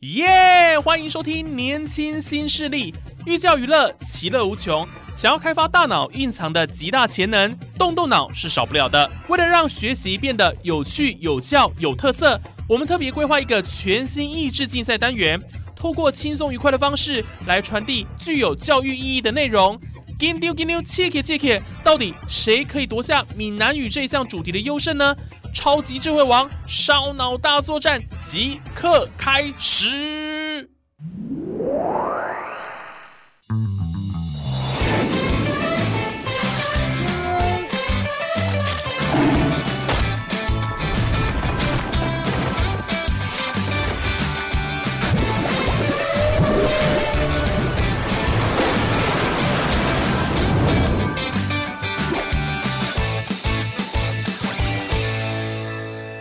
耶欢迎收听《年轻新势力》，寓教于乐，其乐无穷。想要开发大脑蕴藏的极大潜能，动动脑是少不了的。为了让学习变得有趣、有效、有特色，我们特别规划一个全新益智竞赛单元，透过轻松愉快的方式来传递具有教育意义的内容。金丢金丢，切切切切，到底谁可以夺下闽南语这一项主题的优胜呢？超级智慧王烧脑大作战即刻开始！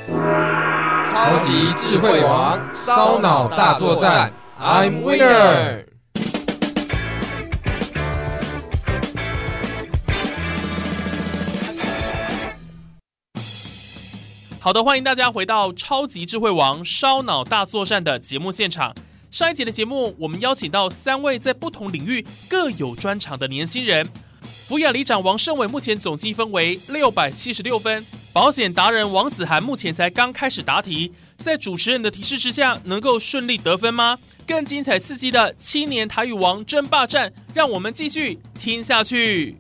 超级智慧王烧脑大作战，I'm winner。好的，欢迎大家回到《超级智慧王烧脑大作战》的节目现场。上一节的节目，我们邀请到三位在不同领域各有专长的年轻人。福雅里长王胜伟目前总积分为六百七十六分，保险达人王子涵目前才刚开始答题，在主持人的提示之下，能够顺利得分吗？更精彩刺激的七年台语王争霸战，让我们继续听下去。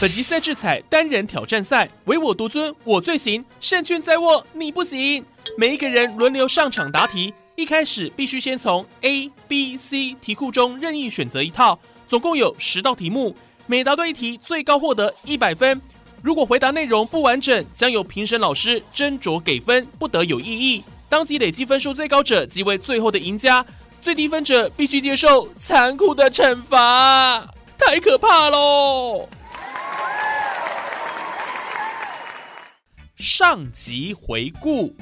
本集赛制采单人挑战赛，唯我独尊，我最行，胜券在握，你不行。每一个人轮流上场答题，一开始必须先从 A、B、C 题库中任意选择一套，总共有十道题目，每答对一题最高获得一百分。如果回答内容不完整，将由评审老师斟酌给分，不得有异议。当即累积分数最高者即为最后的赢家，最低分者必须接受残酷的惩罚，太可怕喽！上集回顾。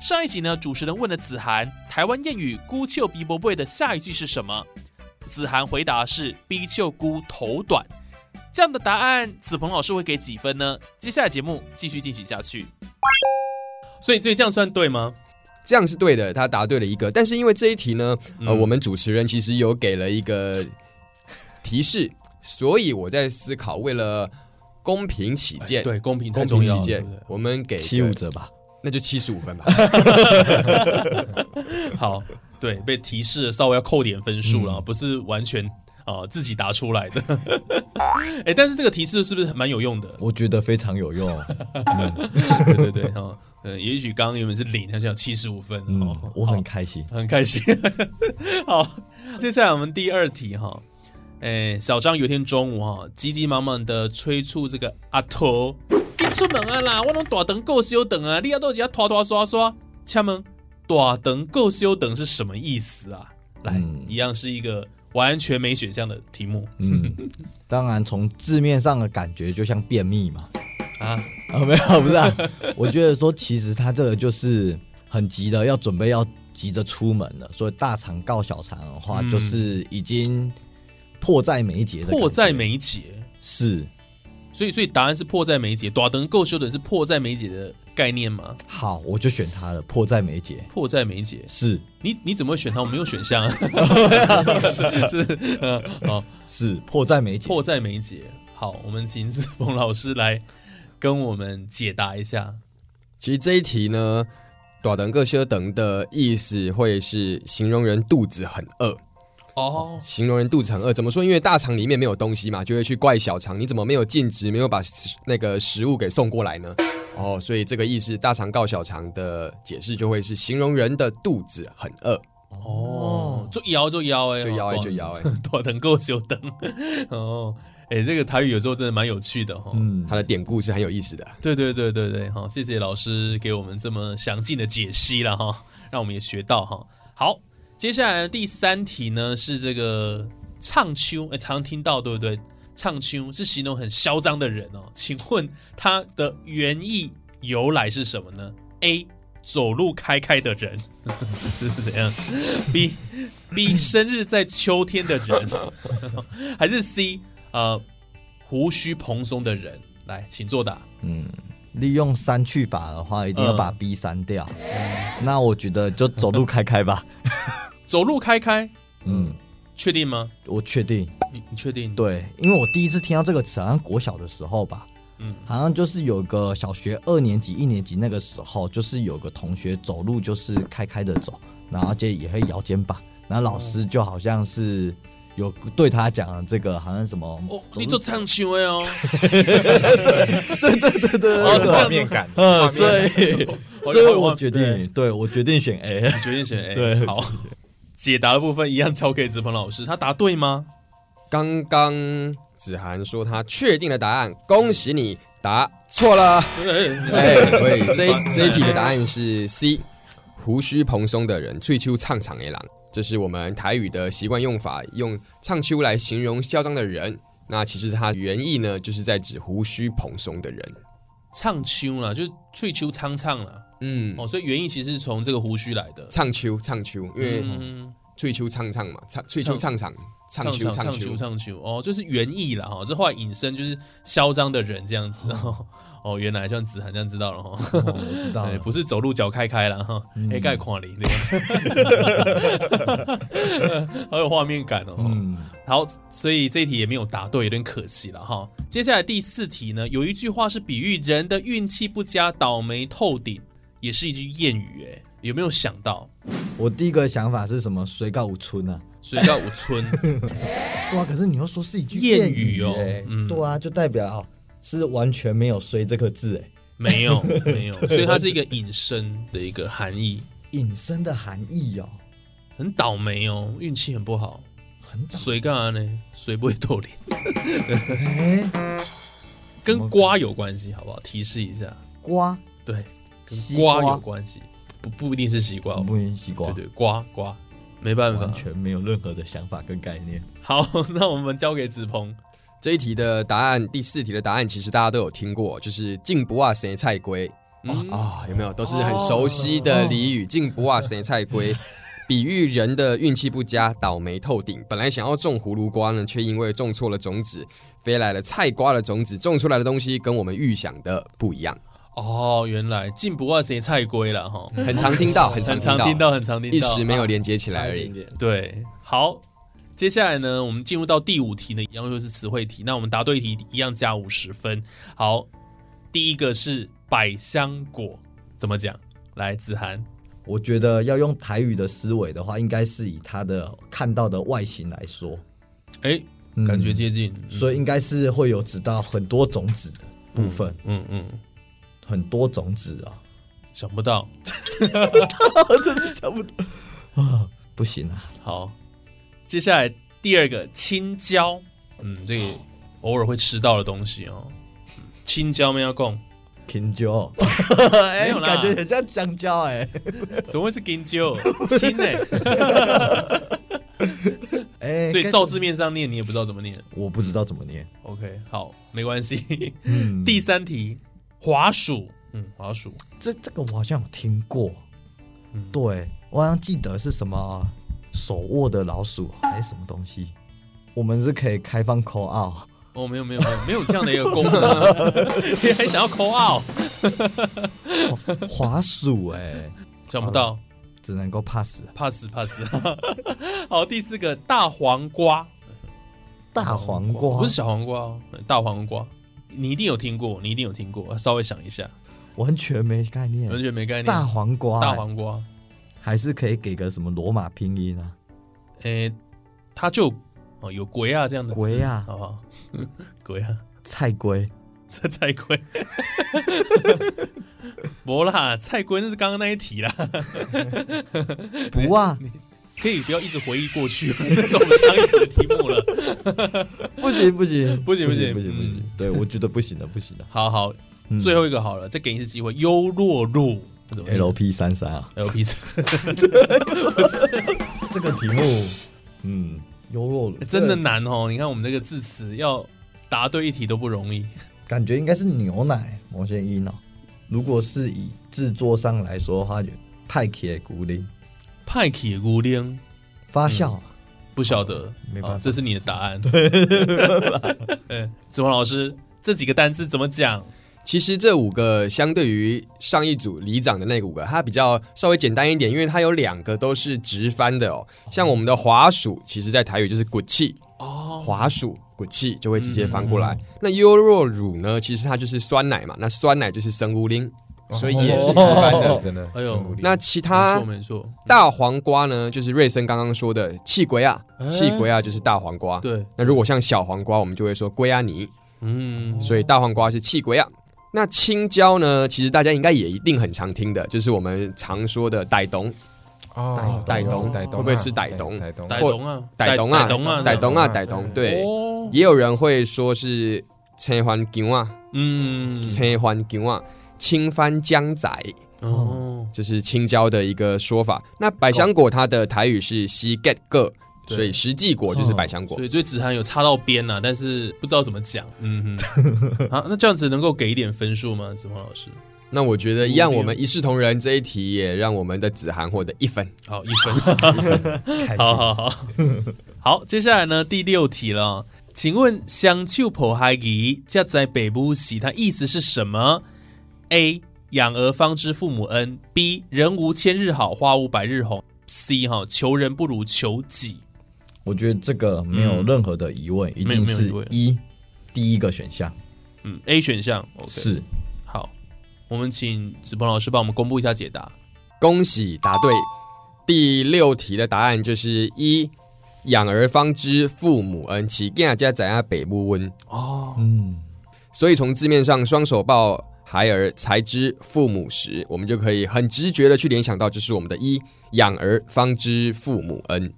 上一集呢，主持人问了子涵台湾谚语“孤丘鼻伯贝”的下一句是什么？子涵回答是“逼丘姑头短”。这样的答案，子鹏老师会给几分呢？接下来节目继续进行下去。所以，所以这样算对吗？这样是对的，他答对了一个，但是因为这一题呢，呃，嗯我们主持人其实有给了一个提示，所以我在思考，为了公平起见，对，公平太公重平要起了。对见不，对我们给七五，折吧。那就七十五分吧。 好，对，被提示了稍微要扣点分数了，不是完全啊、呃自己答出来的。 哎、但是这个提示是不是蛮有用的？我觉得非常 有用。对对 对，哈、嗯，也许刚刚原本是零，他现在有七十五分，嗯哦，，我好很开心。很开心。 好，接下来我们第二题哈、哎，小张有一天中午哈、急急忙忙的催促这个阿头，你出门啊啦，我拢大灯够修等啊，你要到底要拖拖刷刷。请问大灯够修等是什么意思啊？来，嗯一样是一个完全没选项的题目嗯，当然从字面上的感觉就像便秘嘛。啊，啊，没有，不 是、啊。我觉得说，其实他这个就是很急的，要准备要急着出门了，所以大肠告小肠的话，嗯就是已经迫在眉睫的感觉。迫在眉睫。是所以，所以答案是迫在眉睫。短灯够修等是迫在眉睫的概念吗？好，我就选他了，迫在眉睫。迫在眉睫，是你你怎么会选他？我没有选 项、啊，是是呃好，是，迫在眉睫。迫在眉睫。好，我们请子鹏老师来跟我们解答一下。其实这一题呢，短等各些等的意思会是形容人肚子很饿，哦，形容人肚子很饿，怎么说？因为大肠里面没有东西嘛，就会去怪小肠，你怎么没有尽职，没有把食那个食物给送过来呢？哦，所以这个意思，大肠告小肠的解释就会是形容人的肚子很饿，哦，就摇就摇哎，就摇哎哦 就摇哎，多等够久等哦。哎、这个台语有时候真的蛮有趣的哈、哦。嗯，它的典故是很有意思的。对对对对对，好，谢谢老师给我们这么详尽的解析了哈，让我们也学到哈。好，接下来的第三题呢是这个唱秋，哎，常常听到对不对？唱秋是形容很嚣张的人哦，请问它的原意由来是什么呢？A 走路开开的人 这是怎样？B B 生日在秋天的人， 还是 C 呃胡须蓬松的人？来，请作答。嗯利用删去法的话，一定要把 B 删掉。那我觉得就走路开开吧。走路开开，嗯，确定吗？我确定。你你确定？，对，因为我第一次听到这个词，好像国小的时候吧，嗯嗯，好像就是有个小学二年级、一年级那个时候，就是有个同学走路就是开开的走，然后而且也会摇肩膀，然后老师就好像是有对他讲这个，好像什么哦，走你路做唱秋哎哦，对对对哦是这样子对，面感，嗯，所以好所以好我好决定，对我决定选 A，决定选 A。对好，解答的部分一样交给子鹏老师，他答对吗？刚刚子涵说他确定的答案，恭喜你答错了。哎，喂，这 一这一题的答案是 C，胡须蓬松的人，翠秋唱唱野狼，这是我们台语的习惯用法，用唱秋来形容嚣张的人。那其实它原意呢，就是在指胡须蓬松的人。唱秋啦，就是翠秋苍苍啦。嗯，哦，所以原意其实是从这个胡须来的。唱秋唱秋，因为嗯，翠秋唱唱嘛，唱翠秋唱唱唱秋唱唱秋秋。唱秋哦，就是原意啦哈，这后来引申就是嚣张的人这样子哦。哦，原来像子涵这样知道了哈。哦我知道 哎，了，不是走路脚开开了哈，哎、盖款零这个，好有画面感哦。嗯，好，所以这一题也没有答对，有点可惜了哈。接下来第四题呢，有一句话是比喻人的运气不佳、倒霉透顶，也是一句谚语，哎，有没有想到？我第一个想法是什么？水告五村啊。水叫五村，对啊，可是你又说是一句谚语语哦欸嗯对啊，就代表、哦、是完全没有“衰”这个字，哎，没有没有，所以它是一个引申的一个含义，引申的含义哦，很倒霉哦，运气很不好。很早水干嘛呢？水不会透顶，哎、跟瓜有关系，好不好？提示一下，瓜，对，跟西瓜瓜有关系，不不一定是西瓜，我不允许瓜，哦对对，瓜瓜，没办法完。全没有任何的想法跟概念。好，那我们交给子鹏。这一题的答案，第四题的答案，其实大家都有听过，就是“进不啊谁菜龟”嗯啊、有没有？都是很熟悉的俚语，“进不啊谁菜哦龟”，比喻人的运气不佳，倒霉透顶。本来想要种葫芦瓜呢，却因为种错了种子，飞来了菜瓜的种子，种出来的东西跟我们预想的 不一样。哦，原来进不二谁菜龟了哈，很常听到，很常很听常到，听到，很常听到，一时没有连接起来而已。对。好，接下来呢，我们进入到第五题呢，一样又是词汇题。那我们答对题一样加五十分。好，第一个是百香果，怎么讲？来，子涵，我觉得要用台语的思维的话，应该是以它的看到的外形来说，哎，嗯感觉接近，所以应该是会有指到很多种子的部分，嗯嗯，很多种子啊、想不到。不行啊，好，接下来第二个青椒，嗯，这个偶尔会吃到的东西哦。青椒没有供，青椒，没有啦哎感觉很像香蕉哎、怎么会是金椒？青哎、哎、所以该照字面上念，你也不知道怎么念。我不知道怎么念。 OK，好，没关系。嗯第三题，滑鼠，嗯，滑鼠，这这个我好像有听过，嗯对我好像记得是什么手握的老鼠还是什么东西。我们是可以开放 call out，哦，没有没有没有没有这样的一个功能啊， 你还想要抠 out？滑鼠哎、 想不到只能够 pass。 ，pass pass。好， 第四个大黄瓜，大黄瓜不是小黄瓜哦，大黄瓜，你一定有听过，你一定有听过，稍微想一下，完全没概念。完全没概念。嗯大黄瓜、大黄瓜，还是可以给个什么罗马拼音啊？诶，它就哦有鬼啊这样的词鬼啊好不好？ 鬼啊，菜龟这菜 龟，不啦，菜龟那是刚刚那一题啦，不啊，可以不要一直回忆过去， 这是我们上一课的题目了。不行不行不行不不行不行不嗯行，对我觉得不行了不行了。好好，嗯最后一个好了，再给你一次机会，优若若这怎么念 LP 三三啊， LP 是这个题目，嗯，优若欸真的难哦！你看我们这个字词要答对一题都不容易。感觉应该是牛奶某些一脑。如果是以制作上来说的话，就派铁古灵派铁孤零发酵啊，不晓得，没办法啊这是你的答案。 对，子华老师，这几个单字怎么讲？其实这五个相对于上一组里长的那五个，它比较稍微简单一点，因为它有两个都是直翻的哦。像我们的滑鼠，其实在台语就是骨气哦，滑鼠骨气就会直接翻嗯过来。那优若乳呢，其实它就是酸奶嘛，那酸奶就是生乌灵，所以嗯哦也是直翻的。真的，哎呦辛苦你那其哦没他错没错，大黄瓜呢，就是瑞森刚刚说的气龟啊，气龟啊就是大黄瓜。对，那如果像小黄瓜，我们就会说龟啊泥。嗯，所以大黄瓜是气鬼啊。那青椒呢？其实大家应该也一定很常听的，就是我们常说的傣东、哦，傣傣啊傣会东不会吃傣东傣东，歹龙啊，傣东啊、歹龙啊，傣东啊、傣傣东。对，哦，也有人会说是青番姜啊、嗯，青番姜啊、青番姜仔，哦，这是青椒的一个说法。那百香果它的台语是西 get 个，对嗯所以实际果就是百香果所。以所以子涵有插到边呐，但是不知道怎么讲。嗯，嗯 好，那这样子能够给一点分数吗？子华老师，那我觉得一样，我们一视同仁这一题也让我们的子涵获得一分。好，一分。好开心。好好，好，接下来呢，第六题了哦。请问“相丘破海夷，家在北部喜”，它意思是什么？A. 养儿方知父母恩；B. 人无千日好，花无百日红；C. 哈求人不如求己。我觉得这个没有任何的疑问，一没有定嗯没有疑是问一第一个选项嗯，A 选项 o 是好。我们请子鹏老师帮我们公布一下解答。恭喜答对。第六题的答案就是一，养儿方知父母恩，其囝家在下北部温。哦，嗯，所以从字面上，双手抱孩儿才知父母时，我们就可以很直觉的去联想到，就是我们的一养儿方知父母恩。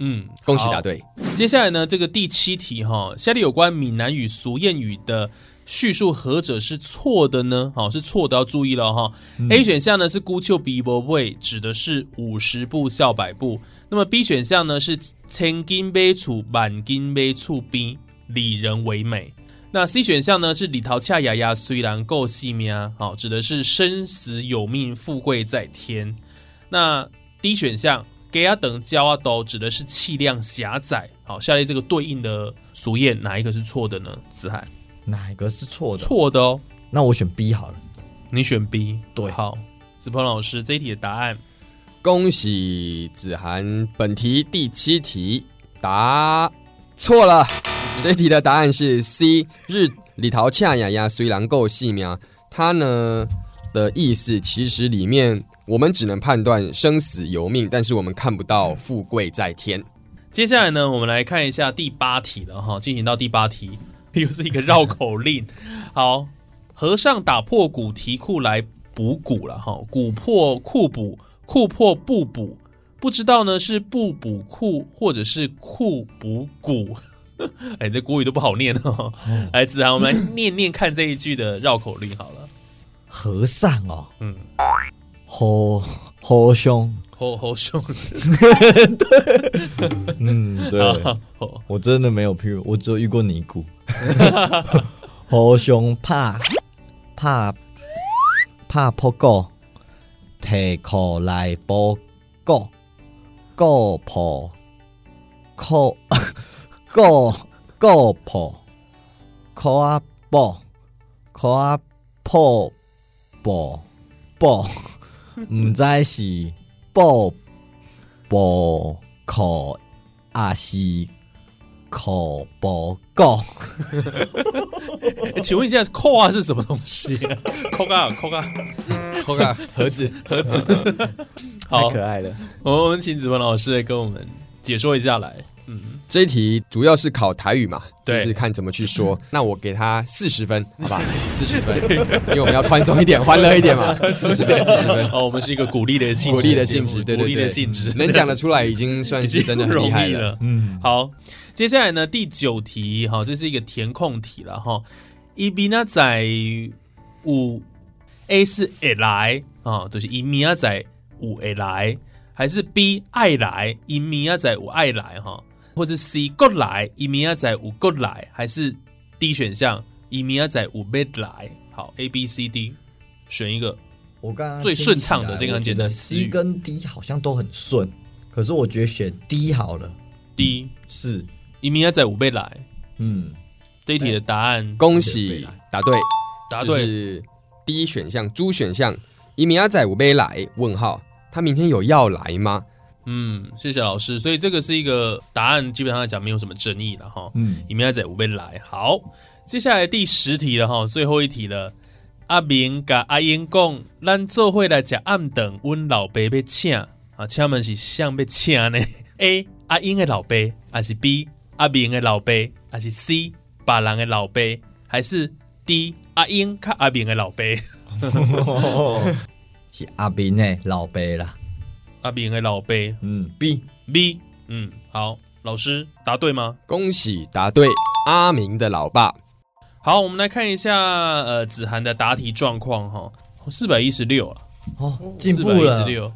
嗯，恭喜答好对。接下来呢，这个第七题哈，下列有关闽南语俗谚语的叙述何者是错的呢？好，是错的，要注意了哈。A 选项呢是“孤丘比伯位”，指的是五十步笑百步。那么 B 选项呢是“千金杯处满金杯处冰，里人为美”。那 C 选项呢是“里头恰雅雅虽然够细命”，好，指的是生死有命，富贵在天。那 D 选项给啊等交啊都指的是气量狭窄。好，下列这个对应的俗谚哪一个是错的呢？子涵哪一个是错的？错的哦，那我选 B 好了。你选 B。对好，子鹏老师这一题的答案恭喜子涵，本题第七题答错了。这一题的答案是 C，日里头恰雅雅虽然够细苗，它呢的意思其实里面我们只能判断生死由命，但是我们看不到富贵在天。接下来呢，我们来看一下第八题了哈，进行到第八题， 又是一个绕口令。 好，和尚打破鼓提裤来补鼓了哈，鼓破裤补，裤破不补，不知道呢是不补裤或者是裤补鼓。 哎，这国语都不好念哦。来，子涵，我们来念念看这一句的绕口令好了。和尚哦，嗯嗯，和和兄， 吼吼凶，嗯，对， 吼我真的没有遇，我只有遇过尼姑， 和兄怕怕怕破狗，提裤来补狗，狗破 裤，狗狗破，裤啊破，裤啊破 破破，唔知是破破裤啊是。口不够，诶请问一下，扣啊是什么东 西、扣啊，扣啊，扣个盒子，盒子。好太，可爱了。我们请子文老师来跟我们解说一下来。嗯，这一题主要是考台语嘛，就对是看怎么去 说。那我给他四十分，好吧， 四十分，因为我们要宽松一点，欢乐一点嘛， 四十分，四 十分。哦，我们是一个鼓励的性质，鼓励的性质，对对对，鼓励的性质，能讲得出来已经算已是经真的不很容厉害易了。了。嗯，好，接下来呢，第九题哈，这是一个填空题了哈。伊比那仔五 A 是爱来啊，就是伊米亚仔五爱来，还是 B 爱来？伊米亚仔五爱来哈，或者 C 过来？伊米亚仔五过来，还是 D 选项伊米亚仔五没来？好，A、B、C、D 选一个。我刚刚最听顺起畅的来这个我很觉简单得词 C 语跟 D 好像都很顺，可是我觉得选 D 好了。 D 是，伊米亚仔五没来，嗯，这一题的答案恭喜答对，答就对。是第一选项猪选项，伊米亚仔五杯来？问号，他明天有要来吗？嗯，谢谢老师。所以这个是一个答案，基本上来讲没有什么争议了哈。嗯，你们要在五边来。好，接下来第十题了哈，最后一题了。阿明甲阿英讲，咱做伙来食暗顿，阮老爸要请啊，请问是谁要请呢 ？A 阿英的老爸，还是 B 阿明的老爸，还是 C 别人的老爸，还是 D 阿英甲阿明的老爸？ 是阿斌诶，老贝啦，阿明的老爸嗯，B B，嗯，好，老师答对吗？恭喜答对，阿明的老爸。好，我们来看一下呃子涵的答题状况哈，四百一十六了，哦，进步了四百一十。六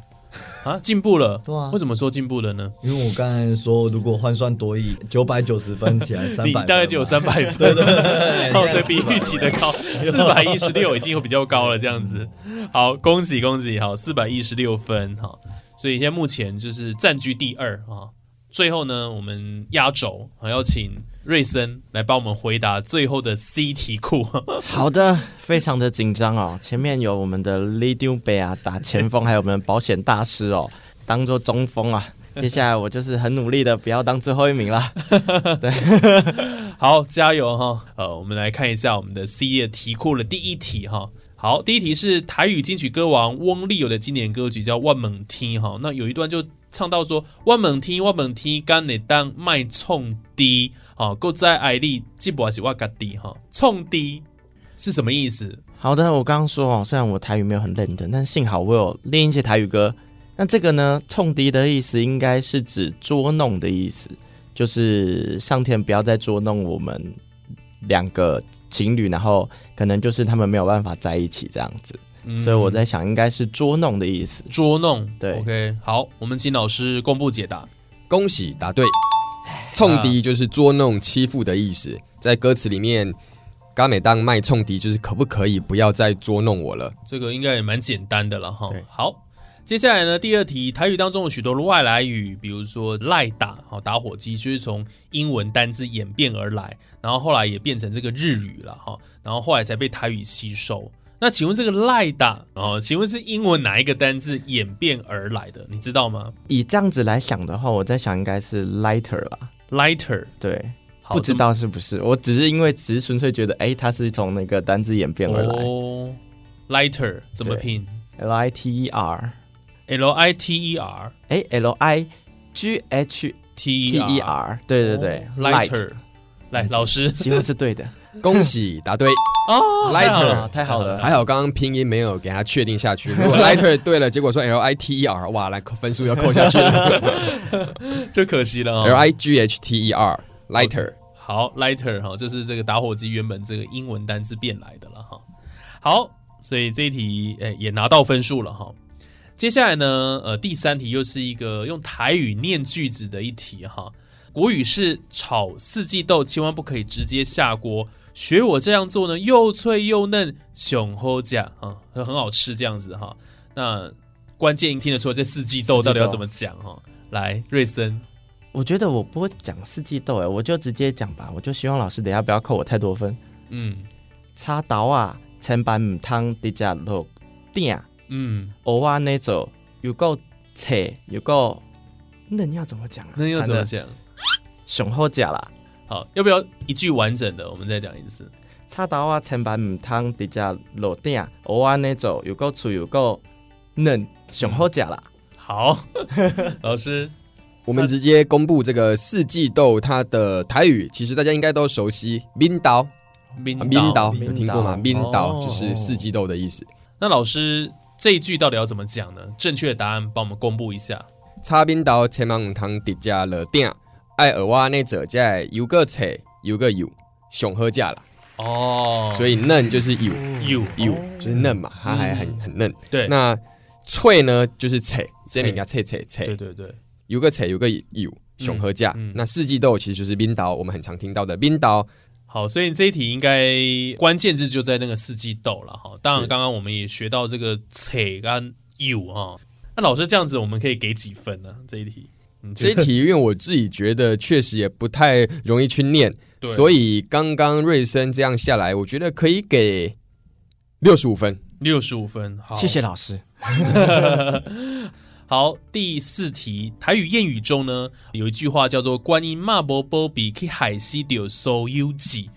啊，进步了，对啊为什么说进步了呢？因为我刚才说，如果换算多亿九百九十分起 来，三你百大概只有三百分，对对 对，所以比预期的高，四百一十六已经有比较高了，这样子。好，恭喜恭喜，好，四百一十六分哈，所以现在目前就是占据第二啊。最后呢，我们压轴，好要请瑞森来帮我们回答最后的 C 题库。好的，非常的紧张哦。前面有我们的 Lady b e 啊，打前锋，还有我们的保险大师哦，当做中锋啊。接下来我就是很努力的，不要当最后一名啦。 好，加油哈！呃，我们来看一下我们的 C 页题库的第一题哈。好，第一题是台语金曲歌王翁立友的经典歌曲叫《万猛听》哈。那有一段就唱到说“万猛听，万猛听，干你当卖冲低”，好，够在爱力，这不是我家低哈，冲低是什么意思？好的，我刚刚说哦，虽然我台语没有很认真，但幸好我有练一些台语歌。那这个呢，冲敌的意思应该是指捉弄的意思，就是上天不要再捉弄我们两个情侣，然后可能就是他们没有办法在一起这样子。嗯所以我在想，应该是捉弄的意思。捉弄。对，OK，好，我们请老师公布解答。恭喜答对。冲敌就是捉弄、欺负的意思，在歌词里面，嘎美当卖冲敌就是可不可以不要再捉弄我了？这个应该也蛮简单的了哈对。好，接下来呢，第二题，台语当中有许多的外来语，比如说赖打，好打火机，就是从英文单字演变而来，然后后来也变成这个日语了哈，然后后来才被台语吸收。那请问这个赖打哦，请问是英文哪一个单字演变而来的？你知道吗以这样子来想的话，我在想应该是 lighter 吧？ ？Lighter，对，好不知道是不是？我只是因为只是纯粹觉得，哎、它是从那个单字演怎变么而来、哦，Lighter 怎么拼 l i t e r， ？L I T E R 哎、l i g h T t e r，对哦对对、 l i g h t e r 来，老师希望是对的。恭喜答对。哦太好 Lighter 了 啊， 太好了，还好刚刚拼音没有给他确定下去，如果 lighter 对了，结果说 L I T E R，哇，来分数要扣下去了。就可惜了、哦。 L I G H T E R lighter，好，lighter 哈，就是这个打火机原本这个英文单字变来的了哈。好，所以这一题诶、也拿到分数了哈。接下来呢，呃，第三题又是一个用台语念句子的一题哈。国语是炒四季豆，千万不可以直接下锅。学我这样做呢，又脆又嫩，雄厚甲啊，很好吃这样子哈。那关键听得出来这四季豆到底要怎么讲哈？来，瑞森，我觉得我不会讲四季豆，哎，我就直接讲吧。我就希望老师等一下不要扣我太多分。嗯插刀啊，千板唔通直接落啊定。嗯，偶尔那种有够扯，有够嫩要怎么讲啊？那又怎么讲？讲？雄厚假啦，好，要不要一句完整的？我们再讲一次。插刀啊，千万唔通直接落啊顶，蚵安尼做又够脆又够嫩，上好食啦。好， 老师，我们直接公布这个四季豆，它的台语其实大家应该都熟悉，冰岛，明啊冰岛有冰听过吗？岛冰岛哦就是四季豆的意思。那老师这一句到底要怎么讲呢？正确的答案帮我们公布一下。炒冰岛千万唔通直接落顶，爱蚵仔那者在有个菜有个油，上好食啦。哦，所以嗯嫩就是油有油，就是嫩嘛，它还很很嫩。哦对，那脆呢就是脆，这边叫脆脆对脆，对对，有个脆有个油，上好食嗯嗯。那四季豆其实就是冰岛，我们很常听到的冰岛。好，所以这一题应该关键字就在那个四季豆了哈。当然，是刚刚我们也学到这个“切”跟 “you” 哈。那老师这样子，我们可以给几分呢、这一题，嗯这一题因为我自己觉得确实也不太容易去念，对所以刚刚瑞生这样下来，我觉得可以给六十五分。六十五分，好，谢谢。老师。好，第四题，台语谚语中呢有一句话叫做“观音骂波波比去海西丢收优己”，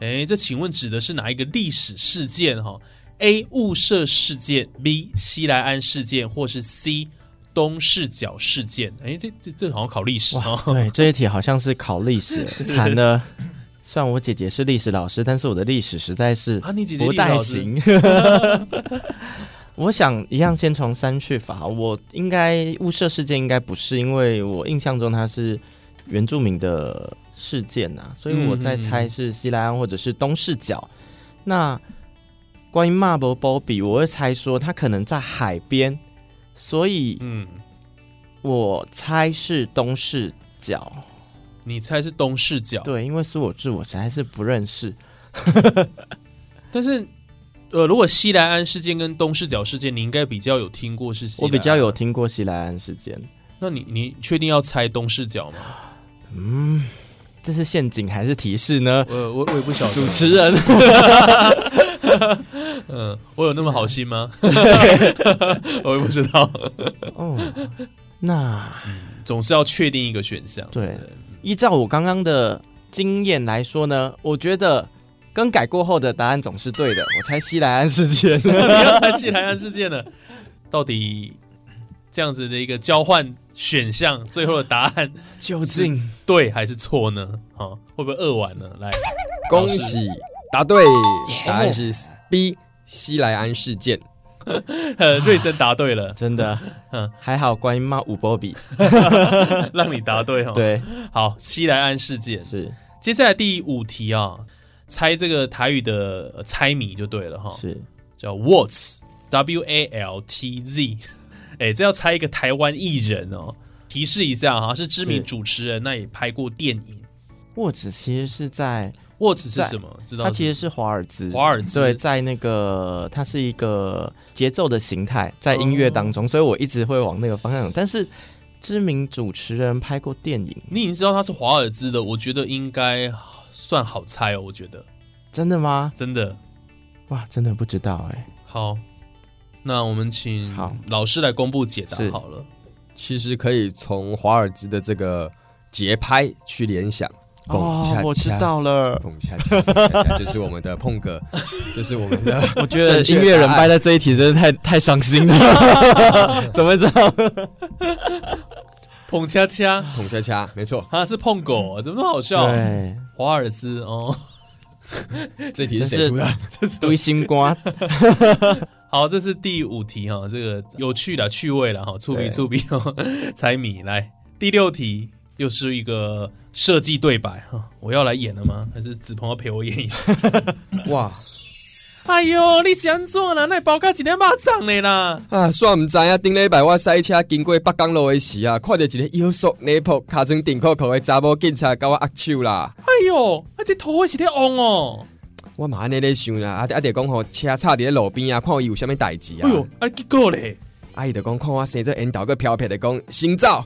哎，这请问指的是哪一个历史事件哈？A. 雾社事件，B. 西来安事件，或是 C. 东市角事件？哎，这这这好像考历史哇哦，。对，这一题好像是考历史，惨了。虽然我姐姐是历史老师，但是我的历史实在是啊，你姐姐不历史老太师行。 我想一样，先从三去法。我应该雾社事件应该不是，因为我印象中它是原住民的事件呐、所以我在嗯猜是西莱安或者是东视角。那关于骂伯波比，我会猜说他可能在海边，所以嗯，我猜是东视角。嗯你猜是东市角？对，因为苏我志我实在是不认识。但是呃，如果西来安事件跟东市角事件，你应该比较有听过是西。啊我比较有，听过西莱安事件，那你你确定要猜东市角吗？嗯，这是陷阱还是提示呢？我我我也不晓得，主持人，嗯，我有那么好心吗？ 我也不知道，哦， 那总是要确定一个选项。对依照我刚刚的经验来说呢，我觉得更改过后的答案总是对的。我猜西莱安事 件，那你要猜西来安事件呢？到底这样子的一个交换选项，最后的答案究竟对还是错呢？啊，会不会二完呢？来，恭喜答对，答案是 B 西莱安事件。呃， 瑞森答对了，真的嗯，还好观音骂五波比，让你答对哈。，对，好，西来安事件。是接下来第五题啊，猜这个台语的呃猜谜就对了哈，是，叫 Waltz W A L T Z，哎、 这要猜一个台湾艺人哦。提示一下哈，是知名是主持人，那也拍过电影。沃兹其实是在， Waltz 是在什么？知道他其吗实是华尔兹，华尔兹对，在那个它是一个节奏的形态，在音乐当哦中，所以我一直会往那个方向。但是知名主持人拍过电影，你已经知道他是华尔兹的，我觉得应该算好猜哦。我觉得真的吗？真的哇，真的不知道哎、好。那我们请好老师来公布解答是好了。其实可以从华尔兹的这个节拍去联想。哦，我知。道了。蹦恰恰，蹦恰恰就是我们的碰哥， 就是我们的。我觉得得音音乐乐人人败败在这一题真的太太伤心了， 怎么这样？碰恰恰，啊碰恰恰，没错，他是碰狗，怎么那么好笑？对，华尔兹哦，这题是谁出的？堆心瓜，好，这是第五题哈、这个有趣的趣味了哈，触笔对触笔哦， 猜谜来。第六题又是一个设计对白哈、我要来演了吗？还是子鹏要陪我演一 下？哇哎呦，你想做啦？那包干几天巴掌的啦？啊！煞唔知啊，顶礼拜我塞车经过北港路的时啊，看到一个腰束内裤、卡床顶扣扣的查某警察，甲我握手啦。哎呦，啊这头发是咧红哦，我嘛安尼咧想啦，啊啊，得讲吼车插伫咧路边啊，看伊有啥物代志啊哎。呦，啊结果嘞？啊，伊就讲看我生做烟头个飘撇的讲行走。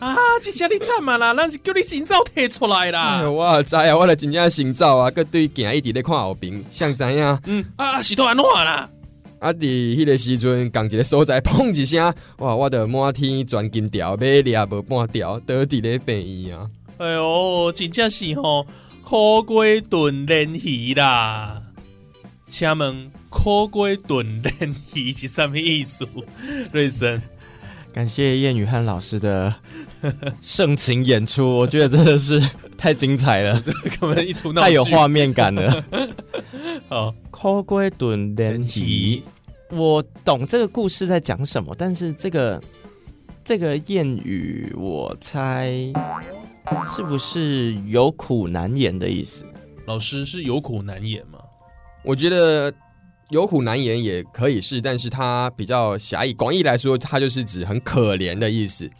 啊，这下你惨啊啦，咱是叫你心照提出来哎啦呦，。我也知啊，我著真正行走啊，佮对行一直咧看后边，像知影啊？嗯啊，啊是都安怎啦？伫迄个时阵，共一个所在砰一声，哇，我著满天全金条，马掠无半条，倒伫咧病院啊。哎呦，真正是吼、苦瓜炖鲢鱼啦。请问苦瓜炖鲢鱼是什么意思？ 瑞森，感谢燕雨汉老师的盛情演出，我觉得真的是太精 彩了，根本一出闹太有剧画面感 了。好抠龟炖莲鲢鱼鱼，我懂这个故事在讲什么，但是这个这个谚语，我猜是不是有苦难言的意思？老师是有苦难言吗？我觉得有苦难言也可以是，但是它比较狭义，广义来说，它就是指很可怜的意思。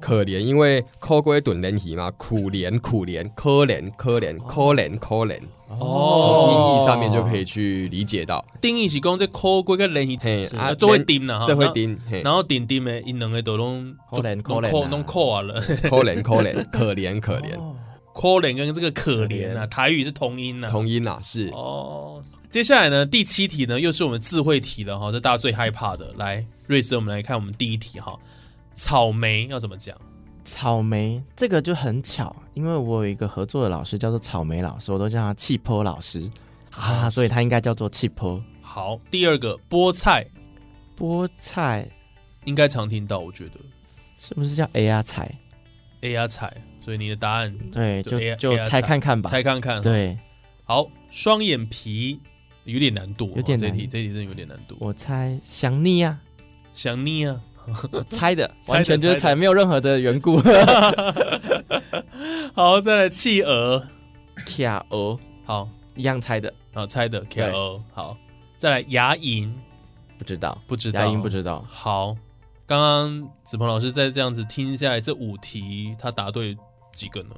可怜，因为抠龟炖人皮嘛，苦怜苦怜，可怜可怜可怜可怜，哦哦从音译上面就可以去理解到。定义是讲这苦瓜跟鲢鱼嘿啊，啊，做会人丁啦，哈这会，丁，嘿然，后丁丁的，因两个都拢可怜拢可怜啊扣拢扣啊了， 可怜可怜，可怜可怜，哦哦可怜跟这个可怜啊，台语是同音呐、啊。同音啦，是哦，接下来呢，第七题呢，又是我们智慧题了哈，这大家最害怕的。来，瑞斯，我们来看我们第一题哈，草莓要怎么讲？草莓这个就很巧，因为我有一个合作的老师叫做草莓老师，我都叫他气坡老师啊，所以他应该叫做气坡。好，第二个菠菜菠菜应该常听到，我觉得是不是叫 A R 菜？哎呀菜，所以你的答案对，就 A- 就就 AR 猜看嗯看吧。猜看看。，对，好，双眼皮有点难度哦，有点这一题难这一题真的有点难度。我猜想你 呀、想你啊，猜的，猜的完全就是猜猜，没有任何的缘故。 好，再来企鹅，卡鹅好，哦一样猜的，好猜的企对鹅，好，再来牙龈，不知道，不知道，牙音不知道，好，刚刚子鹏老师再这样子听下来，这五题他答对几个呢？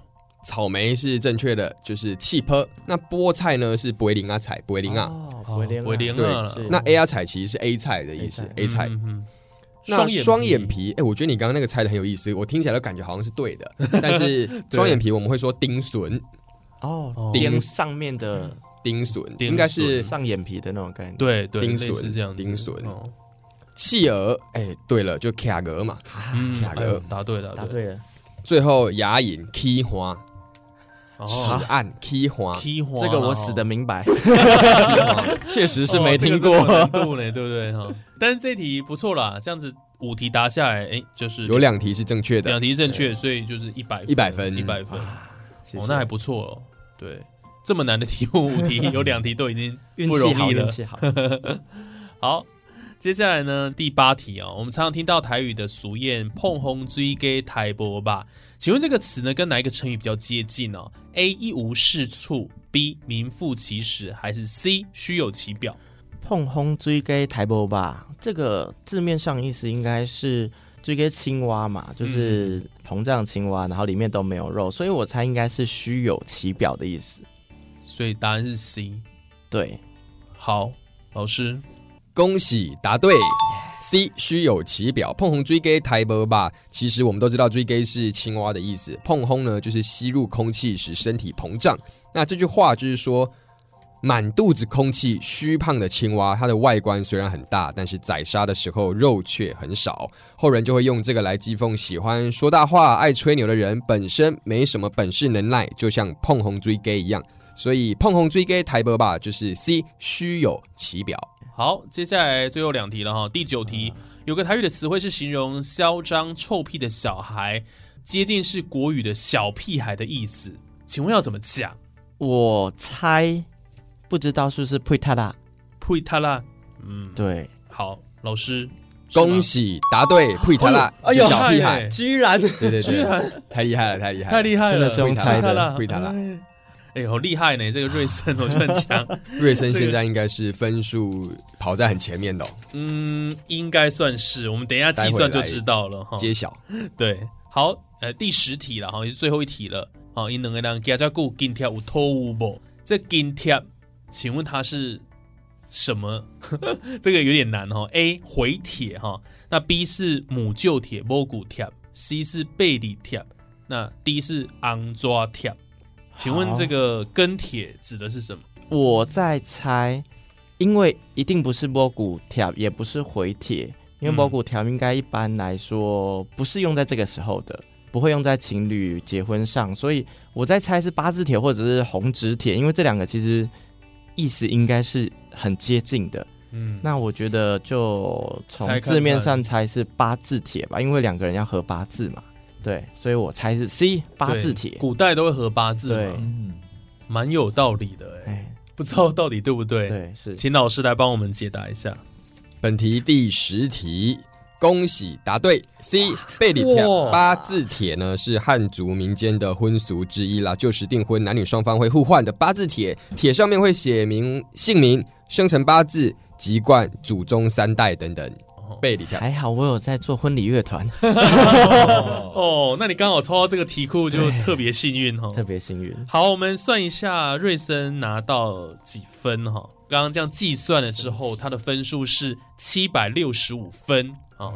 草莓是正确的，就是气坡。那菠菜呢是不会林啊菜，不会林啊。哦，不会连不会连对啊了是那 A R 彩其实是 A 菜的意思 A ，A 菜。嗯嗯那双眼，皮，哎、我觉得你刚刚那个猜的很有意思，我听起来都感觉好像是对的。但是双眼皮我们会说丁损，哦哦，连上面的丁损丁应该是上眼皮的那种概念，对对，丁类似笋这样子，丁笋哦企鹅。哎、对了，就卡格嘛。嗯卡，哎呦格答对了，答，对了，最后牙龈 K 花，齿哦，岸 K 花，踢花，哦这个我死的 明白，确实是没听哦这个过真的有难。度嘞，对不对哈？但是这题不错啦，这样子五题答下来，哎，就是有两题是正确两的。题正确，所以就是一百100分啊一百分，啊谢哦谢，那还不错哦，对。这么难的题目，五题有两题都已经运不气容好，易了运，气好。 好，接下来呢，第八题哦，我们常常听到台语的俗谚“碰红追给台波吧”，请问这个词呢，跟哪一个成语比较接近哦？A. 一无是处，B. 名副其实，还是 C. 虚有其表？碰轰追给台波吧，这个字面上意思应该是追给青蛙嘛，嗯就是膨胀青蛙，然后里面都没有肉，所以我猜应该是虚有其表的意思。所以答案是 C。对，好，老师，恭喜答对。C 虚有其表，碰红追 gay 台波吧。其实我们都知道追 gay 是青蛙的意思，碰轰呢就是吸入空气使身体膨胀。那这句话就是说，满肚子空气虚胖的青蛙，它的外观虽然很大，但是宰杀的时候肉却很少。后人就会用这个来讥讽喜欢说大话、爱吹牛的人，本身没什么本事能耐，就像碰红追 gay 一样。所以碰红追 gay 台波吧，就是 C 虚有其表。好，接下来最后两题了哈。第九题有个台语的词汇是形容嚣张臭屁的小孩，接近是国语的小屁孩的意思，请问要怎么讲？我猜不知道是不是佩塔拉？呸他啦，嗯，对，好，老师，恭喜答对，佩塔拉，哎哎呦呦，小屁孩，居然对对对，太厉害了，太厉害了，太厉害了，真的是用猜太的。了佩塔拉，哎呦，好厉害呢！这个瑞森我觉得很强，瑞森现在应该是分数跑在很前面的哦，嗯，应该算是，我们等一下计算就知道了哈。揭晓。对，好，呃，第十题了哈，也是最后一题了。好，因两个人加加固金贴有偷有不？这金贴，请问它是什么？ 这个有点难哈。A 回帖哈，那 B 是母旧铁摸骨贴，C 是贝里贴，那 D 是昂抓贴。请问好这个跟帖指的是什么？我在猜，因为一定不是波谷条，也不是回帖，因为嗯波谷条应该一般来说不是用在这个时候的。不会用在情侣结婚上，所以我在猜是八字帖或者是红纸帖，因为这两个其实意思应该是很接近的。嗯，那我觉得就猜从看看字面上猜是八字帖吧，因为两个人要合八字嘛。对，所以我猜是 C 八字对帖。古代都会合八字对嘛，嗯，蛮有道理的哎，哎，不知道到底对不对？对，是请老师来帮我们解答一下。本题第十题，恭喜答对。C 背里帖哇八字帖呢是汉族民间的婚俗之一啦，就是订婚男女双方会互换的八字帖，帖上面会写明姓名、生辰八字、籍贯、祖宗三代等等。背里帖还好我有在做婚礼乐团，哦，那你刚好抽到这个题库就特别幸运哦。特别幸运。好，我们算一下瑞森拿到几分哈、刚刚这样计算了之后，他的分数是七百六十五分啊、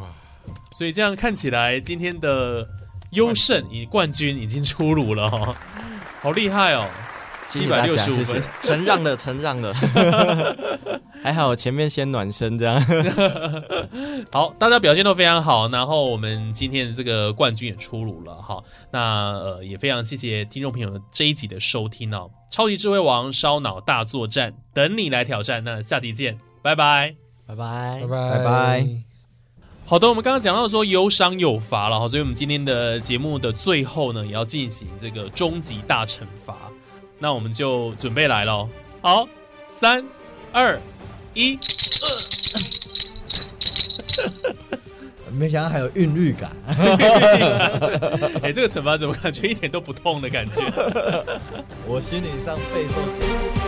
所以这样看起来，今天的优胜以冠军已经出炉了哈、好厉害哦，谢七谢百大六家，十五谢分谢，承让了，承让了。 还好我前面先暖身，这样好，大家表现都非常好，然后我们今天的这个冠军也出炉了哈。那呃，也非常谢谢听众朋友这一集的收听哦，《超级智慧王烧脑大作战》等你来挑战，那下集见，拜拜。拜拜拜拜拜。好的，我们刚刚讲到说有赏有罚了哈，所以我们今天的节目的最后呢，也要进行这个终极大惩罚。那我们就准备来喽。好，三、二、一，没想到还有韵律感，哎、这个惩罚怎么感觉一点都不痛的感觉？我心理上备受煎熬。